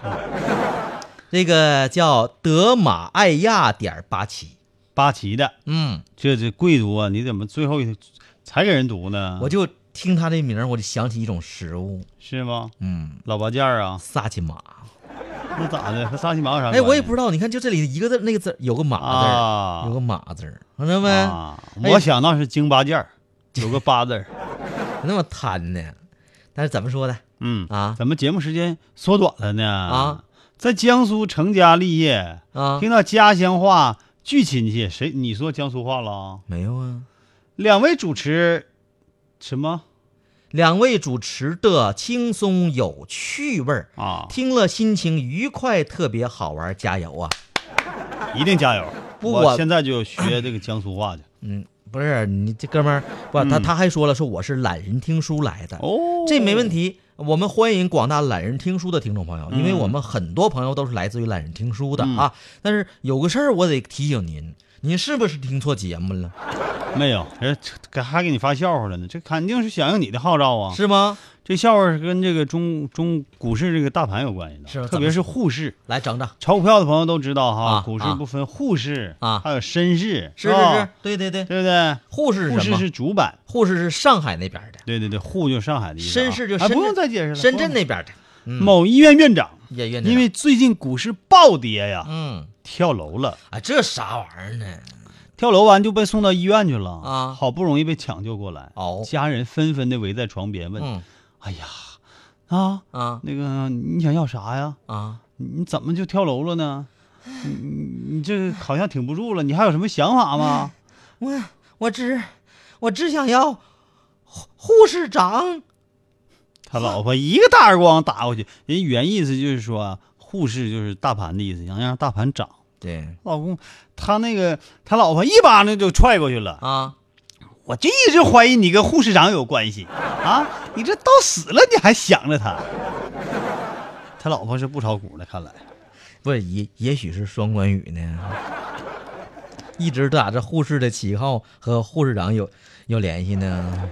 这个叫德玛艾亚点儿八七，八旗的，嗯，这这贵族啊，你怎么最后一才给人读呢？我就听他这名儿，我就想起一种食物，是吗？嗯，老八件儿啊，萨其马。那咋的？和沙琪玛有啥关系？哎，我也不知道，你看就这里一个字，那个字有个马字儿，啊有个马字儿，看到没？啊，哎我想那是京八件儿，有个八字 儿。那么贪呢？但是怎么说呢？嗯啊怎么节目时间缩短了呢？啊，在江苏成家立业，啊，听到家乡话巨亲切。谁你说江苏话了啊？没有啊？两位主持什么两位主持的轻松有趣味儿，啊？听了心情愉快，特别好玩儿，加油啊！一定加油！不我我现在就学这个江苏 话去。嗯，不是你这哥们儿，不，他嗯他还说了，说我是懒人听书来的，哦这没问题。我们欢迎广大懒人听书的听众朋友，因为嗯我们很多朋友都是来自于懒人听书的啊。但是有个事儿我得提醒您，您是不是听错节目了？没有，人家这还给你发笑话了呢。这肯定是响应你的号召啊！是吗？这笑话是跟这个中中股市这个大盘有关系的，是吗特别是沪市。来整整，炒股票的朋友都知道哈，啊股市啊不分沪市啊还有深市，是是是吧，对对对，对不对？护士沪是什市么？是主板，护士是上海那边的，对对对，沪就上海的意思啊。深市就哎深圳不用再解释了。深圳不用那边的，嗯某医院院长，也愿意因为最近股市暴跌呀，嗯跳楼了，啊，这啥玩意儿呢？跳楼完就被送到医院去了啊好不容易被抢救过来，哦家人纷纷的围在床边问：“嗯哎呀，啊，啊那个你想要啥呀？啊，你怎么就跳楼了呢？你你你这好像挺不住了，你还有什么想法吗？”我我只我只想要护护士长。他老婆一个大耳光打过去，人原意思就是说啊，护士就是大盘的意思，想让大盘涨。对老公，他那个他老婆一巴掌就踹过去了，啊，我就一直怀疑你跟护士长有关系啊！你这到死了你还想着他？他老婆是不炒股的，看来不是也也许是双关语呢？ 一直打着护士的旗号和护士长有有联系呢。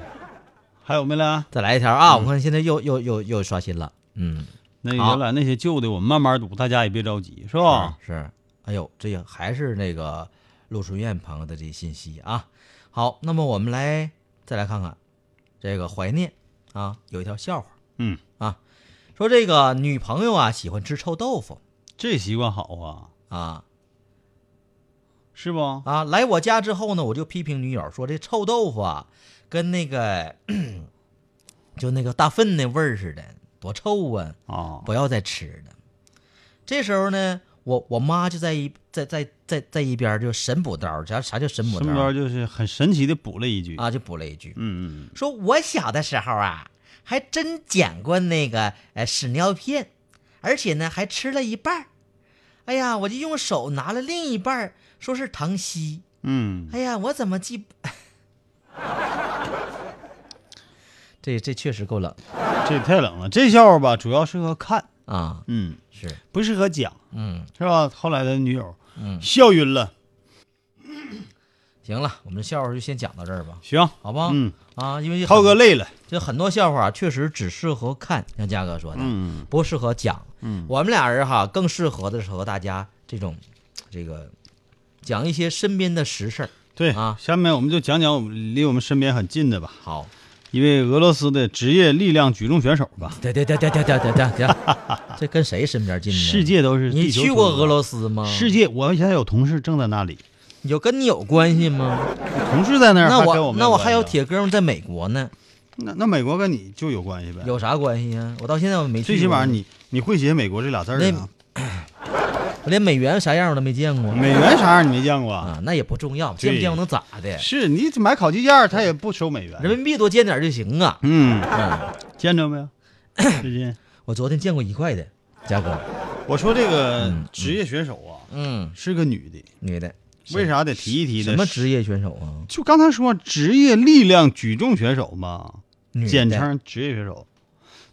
还有没来？再来一条啊！我看现在又又又又刷新了，嗯，那好原来那些旧的，我们慢慢读，大家也别着急，是吧？是，哎呦，这也还是那个陆春燕朋友的这信息啊。好，那么我们来再来看看这个怀念啊，有一条笑话嗯，啊，说这个女朋友啊喜欢吃臭豆腐这习惯好啊，啊是不？啊，来我家之后呢，我就批评女友说这臭豆腐啊跟那个 就那个大粪那味儿似的，多臭啊！啊，不要再吃了。这时候呢，我我妈就在一在在在在一边就神补刀，啥啥叫神补身边刀就是很神奇的补了一句，啊？就补了一句，嗯嗯说我小的时候啊，还真捡过那个呃屎尿片，而且呢还吃了一半儿哎呀，我就用手拿了另一半儿说是糖稀。嗯，哎呀，我怎么记不？ 这这确实够冷这也太冷了。这笑话吧，主要适合看，啊！嗯，是，不适合讲，嗯，是吧？后来的女友，嗯笑晕了。行了，我们这笑话就先讲到这儿吧，行，好吧？嗯，啊，因为有涛哥很累了，这很多笑话啊确实只适合看，像嘉哥说的，嗯，不适合讲。嗯，我们俩人哈更适合的是和大家这种，这个讲一些身边的实事儿。对啊下面我们就讲讲我们离我们身边很近的吧，好，一位俄罗斯的职业力量举重选手吧，对对对对对对对对 对，这跟谁身边近呢？世，界都是你地球去过村的俄罗斯吗？世界，我现在有同事正在那里，有跟你有关系吗？同事在那儿，那还跟我我们那我关系还有啊，铁哥们在美国呢，那那美国跟你就有关系呗，有啥关系呀？我到现在我没去过。最起码你你会写美国这俩字儿啊，我连美元啥样我都没见过美元啥样你没见过啊？啊，那也不重要，见不见过能咋的？是你买烤鸡架，他也不收美元，嗯人民币多见点儿就行啊。嗯，嗯，见着没 有？最近我昨天见过一块的，嘉哥。我说这个职业选手啊，嗯，是个女的，女的，为啥得提一提呢？什么职业选手啊？就刚才说职业力量举重选手嘛，女的简称职业选手。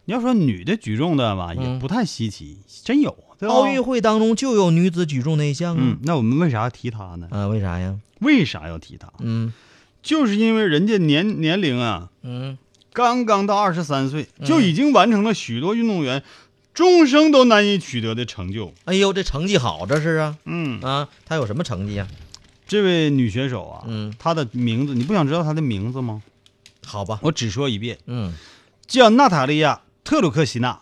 你要说女的举重的吧，也嗯不太稀奇，真有。对吧奥运会当中就有女子举重那一项嗯啊。，那我们为啥要提她呢？啊，为啥呀？为啥要提她？嗯就是因为人家年年龄啊，嗯，刚刚到二十三岁，就已经完成了许多运动员终生都难以取得的成就。哎呦，这成绩好，这是啊嗯，啊，她有什么成绩呀？这位女选手啊，嗯她的名字你不想知道她的名字吗？好吧，我只说一遍，嗯，叫娜塔莉亚·特鲁克西娜。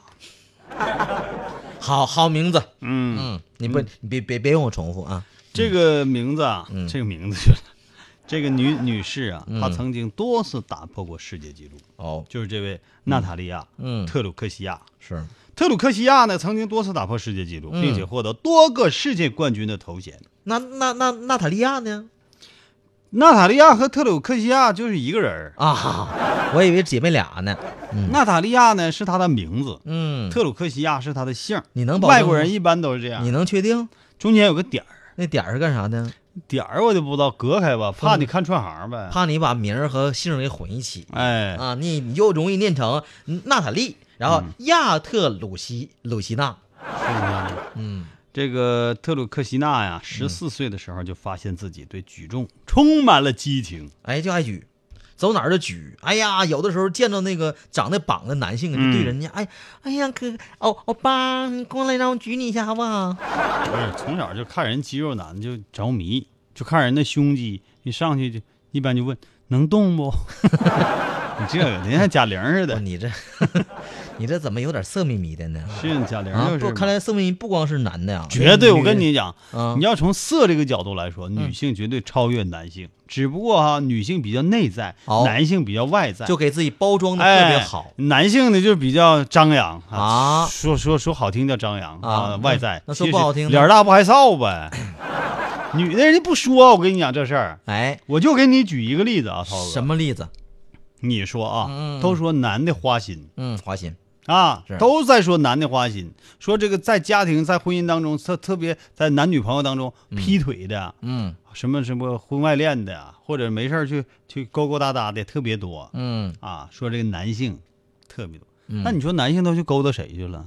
嗯好好名字，嗯嗯，你不，你别别别用我重复啊。这个名字啊，嗯这个名字就是 这个女女士啊，嗯她曾经多次打破过世界纪录，哦，就是这位娜塔莉亚·嗯，特鲁克西亚。是，特鲁克西亚呢，曾经多次打破世界纪录，嗯并且获得多个世界冠军的头衔。那那那娜塔莉亚呢？娜塔莉亚和特鲁克西亚就是一个人儿，啊，我以为姐妹俩呢。嗯娜塔莉亚呢是她的名字，嗯，特鲁克西亚是她的姓儿。你能保证外国人一般都是这你样，能确定中间有个点儿，那点儿是干啥的？点儿我就不知道，隔开吧，怕你看串行呗。嗯怕你把名儿和姓儿给混一起。哎，啊，你你就容易念成娜塔莉，然后嗯亚特鲁西鲁西娜。嗯，这个特鲁克西纳呀，十四岁的时候就发现自己对举重充满了激情。哎，就爱举，走哪儿就举。哎呀，有的时候见到那个长得膀的男性啊，嗯就对人家，哎哎呀哥，欧欧巴，你过来让我举你一下好不好？不是，从小就看人肌肉男就着迷，就看人的胸肌，一上去就一般就问能动不？ 你这个你像贾玲似不的，你这 你这怎么有点色眯眯的呢？是贾玲啊就，是不，嘛。看来色眯眯不光是男的呀，啊绝对，我跟女你讲，的啊你，要从色这个角度来说，嗯女性绝对超越男性，只不过哈，女性比较内在，哦男性比较外在，就给自己包装 的特哎别好。男性呢就比较张扬啊说说说好听叫张扬啊外在。那那说不好听呢脸大不害臊呗。 女的人家不说，我跟你讲这事儿，哎，我就给你举一个例子啊，涛哥。什？么例子？你说啊，嗯都说男的花心，嗯，花心，啊是，都在说男的花心，说这个在家庭、在婚姻当中，特特别在男女朋友当中劈腿的，嗯什么什么婚外恋的，或者没事儿去去勾勾搭搭的特别多嗯，啊。说这个男性特别多，嗯那你说男性都去勾搭谁去了？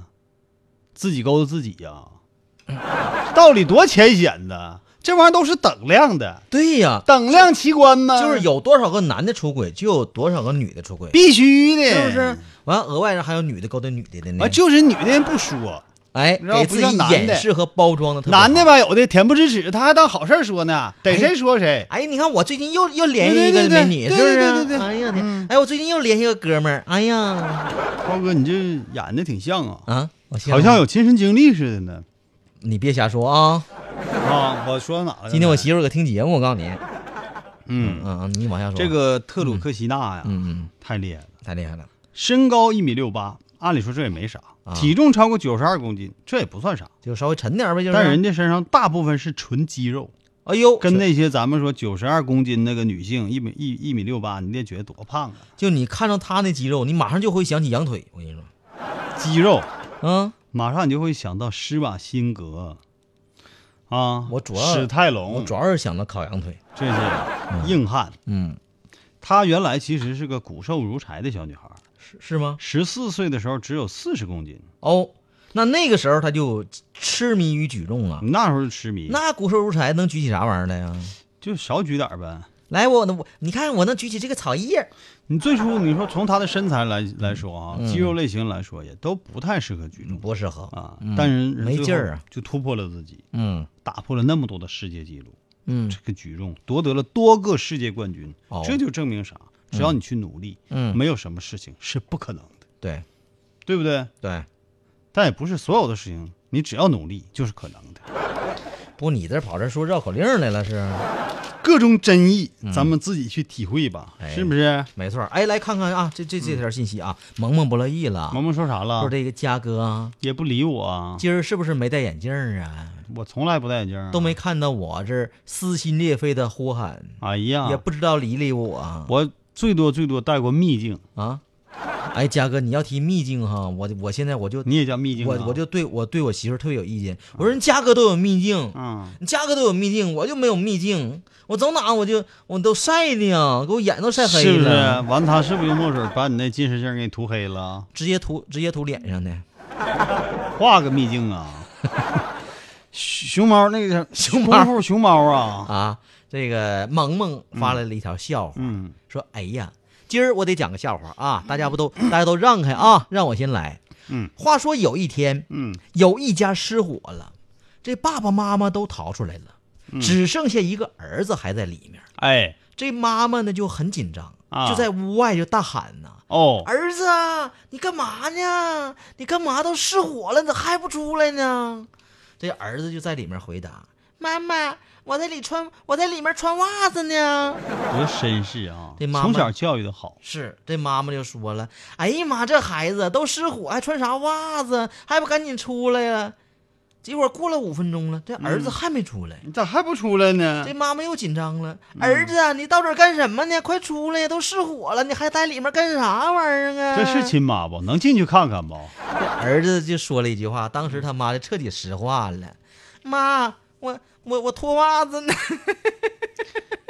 自己勾搭自己呀、 道理多浅显的，这玩意儿都是等量的，对呀，等量齐观嘛，就是有多少个男的出轨，就有多少个女的出轨，必须的，是不是？完，额外还有女的勾搭女的的呢啊，，就是女的人不说，哎，然后给不自己像男的掩饰和包装的特别好男的？吧，有的恬不知耻，他还当好事儿说呢，逮谁说谁。哎，你看我最近又又联系一个对对对美女，对是不是？对对对对哎呀天嗯，哎，我最近又联系个哥们儿，哎呀，涛哥，你这演的挺像啊，啊，我笑好像有亲身经历似的呢。你别瞎说啊！啊，我说到哪了？今天我媳妇儿搁听节目，我告诉你，嗯，嗯嗯，你往下说。这，个特鲁克西纳呀，嗯嗯，太厉害了，太厉害了，身高一米六八，按理说这也没啥啊，体重超过九十二公斤，这也不算啥。就稍微沉点儿呗，就是。但人，家身上大部分是纯肌肉，哎呦，跟那些咱们说九十二公斤那个女性一米一一米六八，你得觉得多胖啊！就你看着他那肌肉，你马上就会想起羊腿。我跟你说，肌肉，啊，马上你就会想到施瓦辛格，啊，我主要史泰我龙主，要是想到烤羊腿。这些硬汉。嗯，她原来其实是个骨瘦如柴的小女孩，是是吗？十四岁的时候只有四十公斤，哦，那那个时候他就痴迷于举重了。那时候就痴迷，那骨瘦如柴能举起啥玩意儿来呀？就少举点儿呗。来，我我你看我能举起这个草叶儿。你最初你说从她的身材来来说啊，肌肉类型来说也都不太适合举重不适合。啊嗯嗯，但是人没最劲后儿啊就突破了自己，嗯打破了那么多的世界纪录，嗯这个举重夺得了多个世界冠军哦，这就证明啥？只要你去努力，嗯，没有什么事情是不可能的，对对不对？对。但也不是所有的事情，你只要努力就是可能的。嗯不，你这跑这说绕口令来了是？各种真意，咱们自己去体会吧，嗯哎是不是？没错儿。哎，来看看啊，这这这条信息啊，萌萌不乐意了，嗯萌萌说啥了说？这个嘉哥啊，也不理我啊，今儿是不是没戴眼镜儿啊？我从来不戴眼镜啊，都没看到我这儿撕心裂肺的呼喊，哎呀也，不知道理理我啊我最多最多戴过秘镜，啊！哎，嘉哥，你要提秘境哈，我我现在我就你也叫秘镜啊，我我就对我对我媳妇儿特别有意见，我说人嘉哥都有秘境，嗯，嘉哥都有秘境，我就没有秘境，我走哪我就我都晒的呀，给我眼都晒黑了，是不是？啊完他是不是用墨水把你那近视镜给你涂黑了？直接涂直接涂脸上的。画个秘镜啊，熊猫那个熊猫功夫熊猫啊，啊，这个萌萌发来了一条笑话，嗯，说：“哎呀，今儿我得讲个笑话啊，大家不都 大家都让开啊，让我先来。”嗯，话说有一天，嗯，有一家失火了，这爸爸妈妈都逃出来了，嗯只剩下一个儿子还在里面。哎，这妈妈呢就很紧张，啊就在屋外就大喊呐、哦，儿子啊，你干嘛呢？你干嘛都失火了，你咋还不出来呢？这儿子就在里面回答：“妈妈，我在里穿，我在里面穿袜子呢。多绅士啊，这妈从妈小教育的好”，是，这妈妈就说了：“哎呀妈，这孩子都失火，还穿啥袜子？还不赶紧出来呀、结果过了五分钟了，这儿子还没出来，你咋还不出来呢这？妈妈又紧张了：“儿子啊，你到这儿干什么呢？快出来呀，都失火了，你还待里面干啥玩意儿啊？”这是亲妈不？能进去看看不？儿子就说了一句话，当时他妈就彻底石化了。妈，我我我脱袜子呢。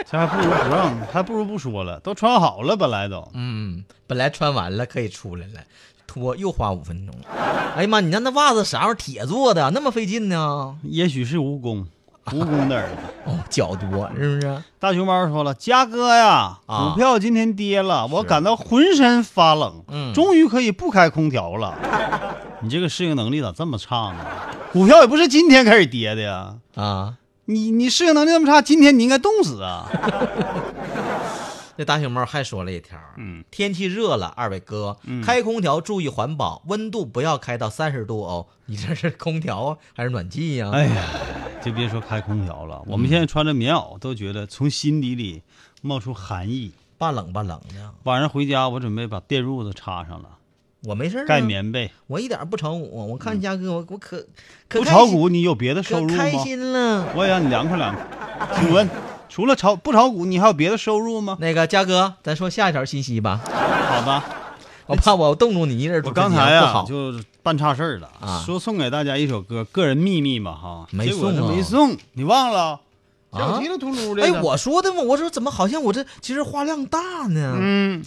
这还不如不让，还不如不说了，都穿好了，本来都。 嗯，本来穿完了可以出来了，脱又花五分钟。 哎呀妈，你那那袜子啥玩意儿？铁做的，那么费劲呢？也许是蜈蚣，蜈蚣的儿子。哦，脚多是不是？大熊猫说了：“嘉哥呀，啊股票今天跌了，我感到浑身发冷，嗯终于可以不开空调 了。你这个适应能力咋这么差呢？股票也不是今天开始跌的呀， 啊，你你适应能力那么差，今天你应该冻死 啊！这大熊猫还说了一条，嗯，天气热了，二位哥，嗯开空调注意环保，温度不要开到三十度哦。你这是空调啊还是暖气呀、哎呀，就别说开空调了，我们现在穿着棉袄都觉得从心底里冒出寒意。怕冷怕冷的，晚上回家，我准备把电褥子插上了，我没事、啊。盖棉被。”我一点儿不炒股，我看嘉哥，我我可可嗯不开炒心，股，你有别的收可入吗开？心了。我也让你凉快凉快。请问，除了 炒不炒股，你还有别的收入吗？那个嘉哥，咱说下一条信息吧。好吧，我怕我动怒你，这哎我刚才不啊好，就办差事儿了啊说送给大家一首歌，个人秘密嘛哈，没结果送是啊没送，你忘了？啊叫提了秃噜的，哎，我说的嘛，我说怎么好像我这其实话量大呢？嗯，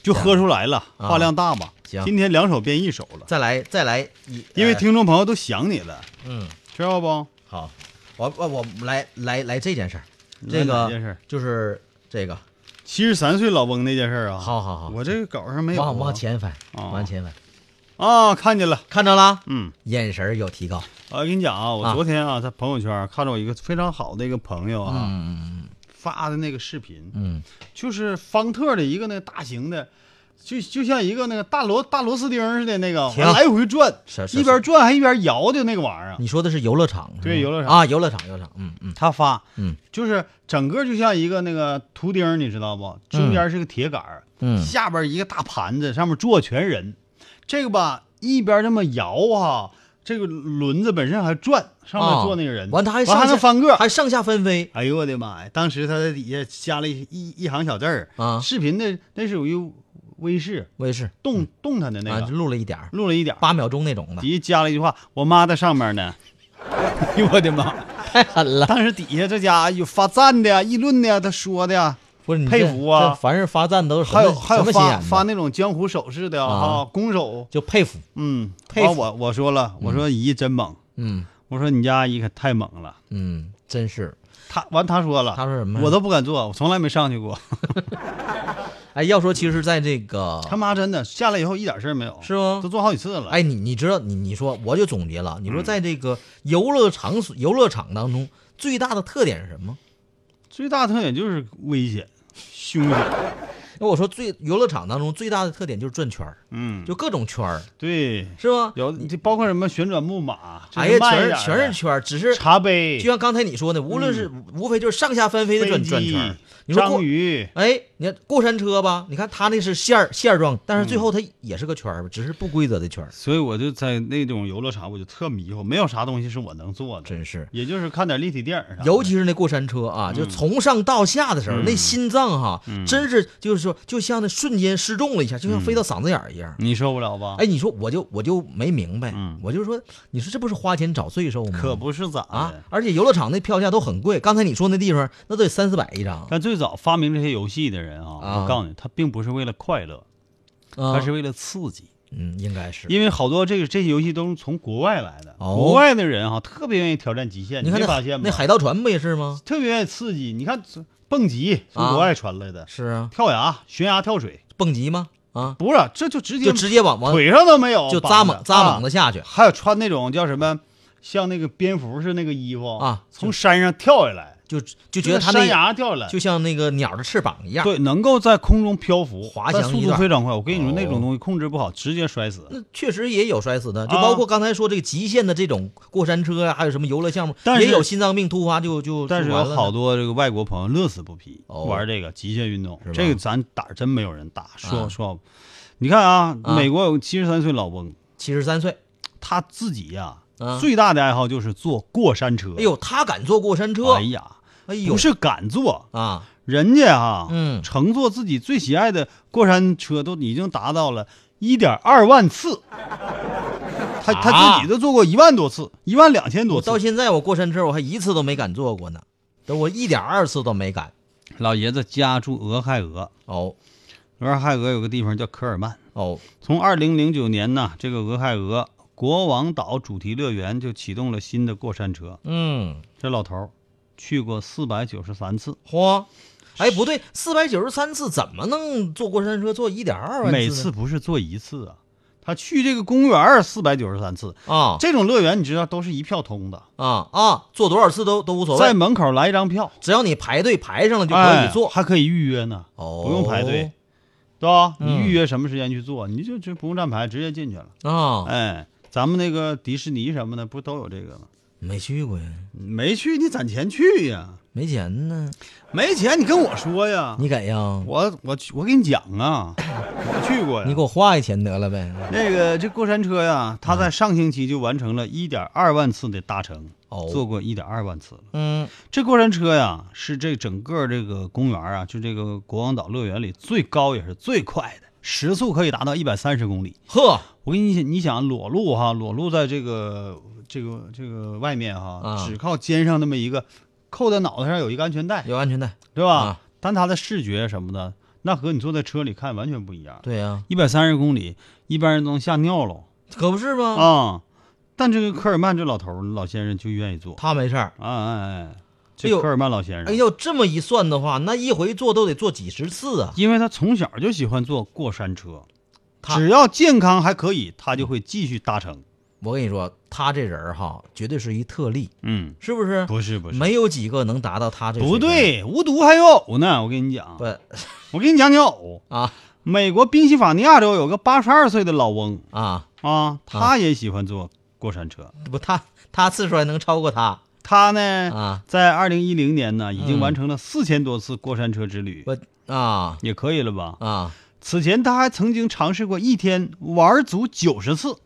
就喝出来了，啊话量大嘛。行今天两首变一首了，再来再来一，因为呃听众朋友都想你了，嗯知道不？好，我我我们来来来这件事儿，来这哪个件事儿就是这个，七十三岁老翁那件事儿啊，好好好我这个稿上没有啊，往往前翻，哦往前翻，啊，看见了，看着了，嗯，眼神儿有提高，我跟你讲啊，我啊昨天啊在朋友圈看到我一个非常好的一个朋友啊嗯发的那个视频，嗯就是方特的一个那个大型的，就就像一个那个大螺大螺丝钉似的那个，停来回转，是是一边转还一边摇的那个玩意儿。你说的是游乐场是吗，对游乐场啊，游乐场，游乐场，嗯嗯他发，嗯，就是整个就像一个那个图钉儿，你知道不？中间是个铁杆儿，嗯下边一个大盘子，上面坐全人。这个吧，一边这么摇哈、这个轮子本身还转，上面啊坐那个人，完他还上还能下翻个儿。还上下纷飞，哎呦我的妈呀！当时他在底下加了一一一行小字儿啊视频的那属于微视我也是动动弹的那啊，个，录了一点儿，录了一点儿，八秒钟那种的，底下加了一句话：“我妈在上面呢。”哎呦我的妈！太狠了，当时底下这家有发赞的呀、议论的呀、他说的呀，不是你佩这服啊这凡是发赞都是什么还有还有什么心发眼子发那种江湖手势的啊啊，拱手，就佩服，嗯，佩服完我我说了，我说姨真猛，嗯我说你家阿姨可太猛了。嗯，真是，他完他说了，他说什么呀哦我都不敢做，我从来没上去过。哎，要说其实在这个他妈真的下来以后一点事儿没有，是吗都嗯做好几次了。哎，你你知道，你你说我就总结了，你说在这个游乐场所、游乐场当中，最大的特点是什么？最大特点就是危险、凶 险。那我说最游乐场当中最大的特点就是转圈儿，嗯，就各种圈儿，对，是吧？有这包括什么旋转木马，哎这呀，是慢一点全是的全是圈儿，只是茶杯就、像刚才你说的，无论是、无非就是上下翻飞的嗯飞转转圈儿机。你说过章，鱼，哎，你看过山车吧？你看它那是线儿线儿状，但是嗯最后它也是个圈儿，只是不规则的圈儿，所以我就在那种游乐场，我就特迷糊，没有啥东西是我能做的，真是。也就是看点立体电影啥的。尤其是那过山车啊，嗯就从上到下的时候，那心脏哈，真是就是说，就像那瞬间失重了一下，就像嗯飞到嗓子眼儿一样。你受不了吧？哎，你说我就我就没明白，嗯我就说，你说这不是花钱找罪受吗？可不是咋的。啊！而且游乐场那票价都很贵，刚才你说那地方那都得三四百一张，但最早发明这些游戏的人啊，啊我告诉你，他并不是为了快乐，啊他是为了刺激。嗯，应该是。因为好多这个这些游戏都是从国外来的，哦国外的人哈、啊特别愿意挑战极限，你看没那发现吗？那海盗船不也是吗？特别愿意刺激。你看蹦极啊从国外传来的，是啊，跳崖、悬崖跳水，蹦极吗？啊，不是这就直接就直接往往腿上都没有，就扎猛绑着扎猛的下去啊，还有穿那种叫什么，像那个蝙蝠似的那个衣服啊从山上跳下来，就就觉得它山那崖跳下来，就像那个鸟的翅膀 一样。对，能够在空中漂浮，滑但翔速一度段非常快。我跟你说，哦那种东西控制不好，直接摔死。那确实也有摔死的，就啊包括刚才说这个极限的这种过山车啊，还有什么游乐项目，但是也有心脏病突发就就但是就完有了呢好多这个外国朋友乐此不疲哦玩这个极限运动吧，这个咱胆儿真没有人大。说啊说好，你看啊，啊美国有七十三岁老翁，七十三岁，他自己呀啊最大的爱好就是坐过山车。哎，呦，他敢坐过山车，哎呀，哎呦，不是敢坐，啊，人家啊，嗯乘坐自己最喜爱的过山车都已经达到了一点二万次，他他自己都坐过一万多次，一万两千多啊我次到。现在我过山车我还一次都没敢坐过呢，都我一点二次都没敢。老爷子家住俄亥俄，哦俄亥俄有个地方叫科尔曼。哦，从二零零九年呢，这个俄亥俄国王岛主题乐园就启动了新的过山车。嗯，这老头儿去过四百九十三次，嚯，哎不对，四百九十三次怎么能坐过山车坐一点二万次呢？每次不是坐一次啊，他去这个公园四百九十三次。啊这种乐园你知道都是一票通的，啊啊，坐多少次都都无所在谓，门口来一张票只要你排队排上了就可以哎坐。还可以预约呢，哦，不用排队，对吧？你嗯预约什么时间去做，你就就不用站牌，直接进去了。啊，哎，咱们那个迪士尼什么的，不都有这个吗？没去过呀，没去你攒钱去呀，没钱呢，没钱你跟我说呀。你给呀？啊我我去，我给你讲 啊，我去过呀。你给我花一钱得了呗。那个这过山车呀，它嗯在上星期就完成了一点二万次的搭乘，哦坐过一点二万次了。嗯，这过山车呀，是这整个这个公园啊，就这个国王岛乐园里最高也是最快的，时速可以达到一百三十公里。呵，我跟你讲，你想裸露哈，裸露在这个这个这个外面哈，啊只靠肩上那么一个扣在脑袋上有一个安全带，有安全带。对吧？啊但它的视觉什么的，那和你坐在车里看完全不一样。对呀、一百三十公里，一般人都能吓尿了可不是吗？啊、但这个科尔曼这老头儿老先生就愿意做，他没事儿。啊哎哎，哎这呦科尔曼老先生，哎，要这么一算的话，那一回做都得做几十次啊！因为他从小就喜欢坐过山车，他只要健康还可以，他就会继续搭乘。我跟你说，他这人儿哈，绝对是一特例，嗯，是不是？不是不是没有几个能达到他这不水平，对，无毒还有偶呢。我跟你讲，啊不我跟你讲，你偶。啊美国宾夕法尼亚州有个八十二岁的老翁啊，啊，他也喜欢坐过山车。不他他次数还能超过他他呢，啊在二零一零年呢，已经嗯完成了四千多次过山车之旅，不啊也可以了吧？啊！此前他还曾经尝试过一天玩足九十次，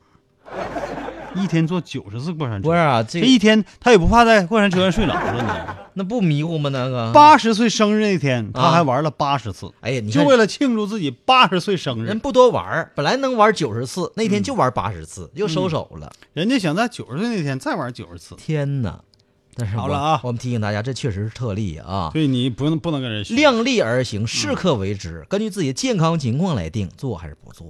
一天坐九十次过山车。不是啊，这这一天他也不怕在过山车上睡着了 呢。那不迷糊吗？那个，八十岁生日那天，啊他还玩了八十次，哎呀，你就看为了庆祝自己八十岁生人日。不多玩儿，本来能玩九十次，嗯那天就玩八十次，又收手了。人家想在九十岁那天再玩九十次，天哪！但是好我了啊我们提醒大家，这确实是特例啊。所以你不能不能跟人学，量力而行，嗯适可为之，根据自己的健康情况来定，做还是不做。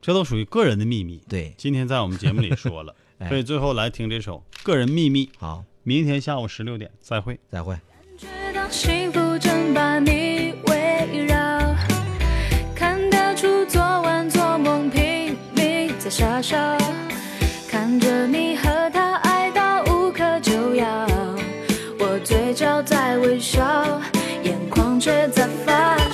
这都属于个人的秘密。对，今天在我们节目里说了 哎所以最后来听这首《个人秘密》。好，明天下午十六点再会。再会。知道幸福正把你围绕，看得出昨晚做梦拼命在傻笑，看着你和他爱到无可救药，我嘴角在微笑，眼眶却在发哎